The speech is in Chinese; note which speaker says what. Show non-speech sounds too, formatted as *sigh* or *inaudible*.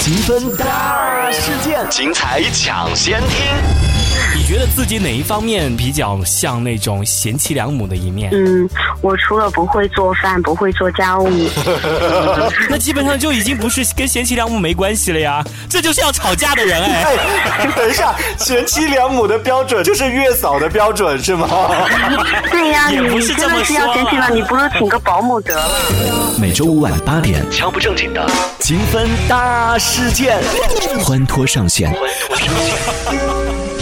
Speaker 1: 积分大事件，
Speaker 2: 精彩抢先听。
Speaker 3: 你觉得自己哪一方面比较像那种贤妻良母的一面？
Speaker 4: 嗯，我除了不会做饭，不会做
Speaker 3: *laughs*
Speaker 4: 家务，
Speaker 3: 那基本上就已经不是跟贤妻良母没关系了呀，这就是要吵架的人哎。
Speaker 2: 哎，等一下，贤妻良母的标准就是月嫂的标准是吗？
Speaker 4: 对呀、
Speaker 3: 也不
Speaker 4: 你
Speaker 3: 是
Speaker 4: 真
Speaker 3: 这么
Speaker 4: 的是要
Speaker 3: 说
Speaker 4: 嫌弃
Speaker 3: 啦
Speaker 4: 了，你不如请个保姆得了。
Speaker 1: 每周五晚八点，
Speaker 2: 敲不正经的，
Speaker 1: 积分大事件，欢脱上线。
Speaker 2: 欢脱上线。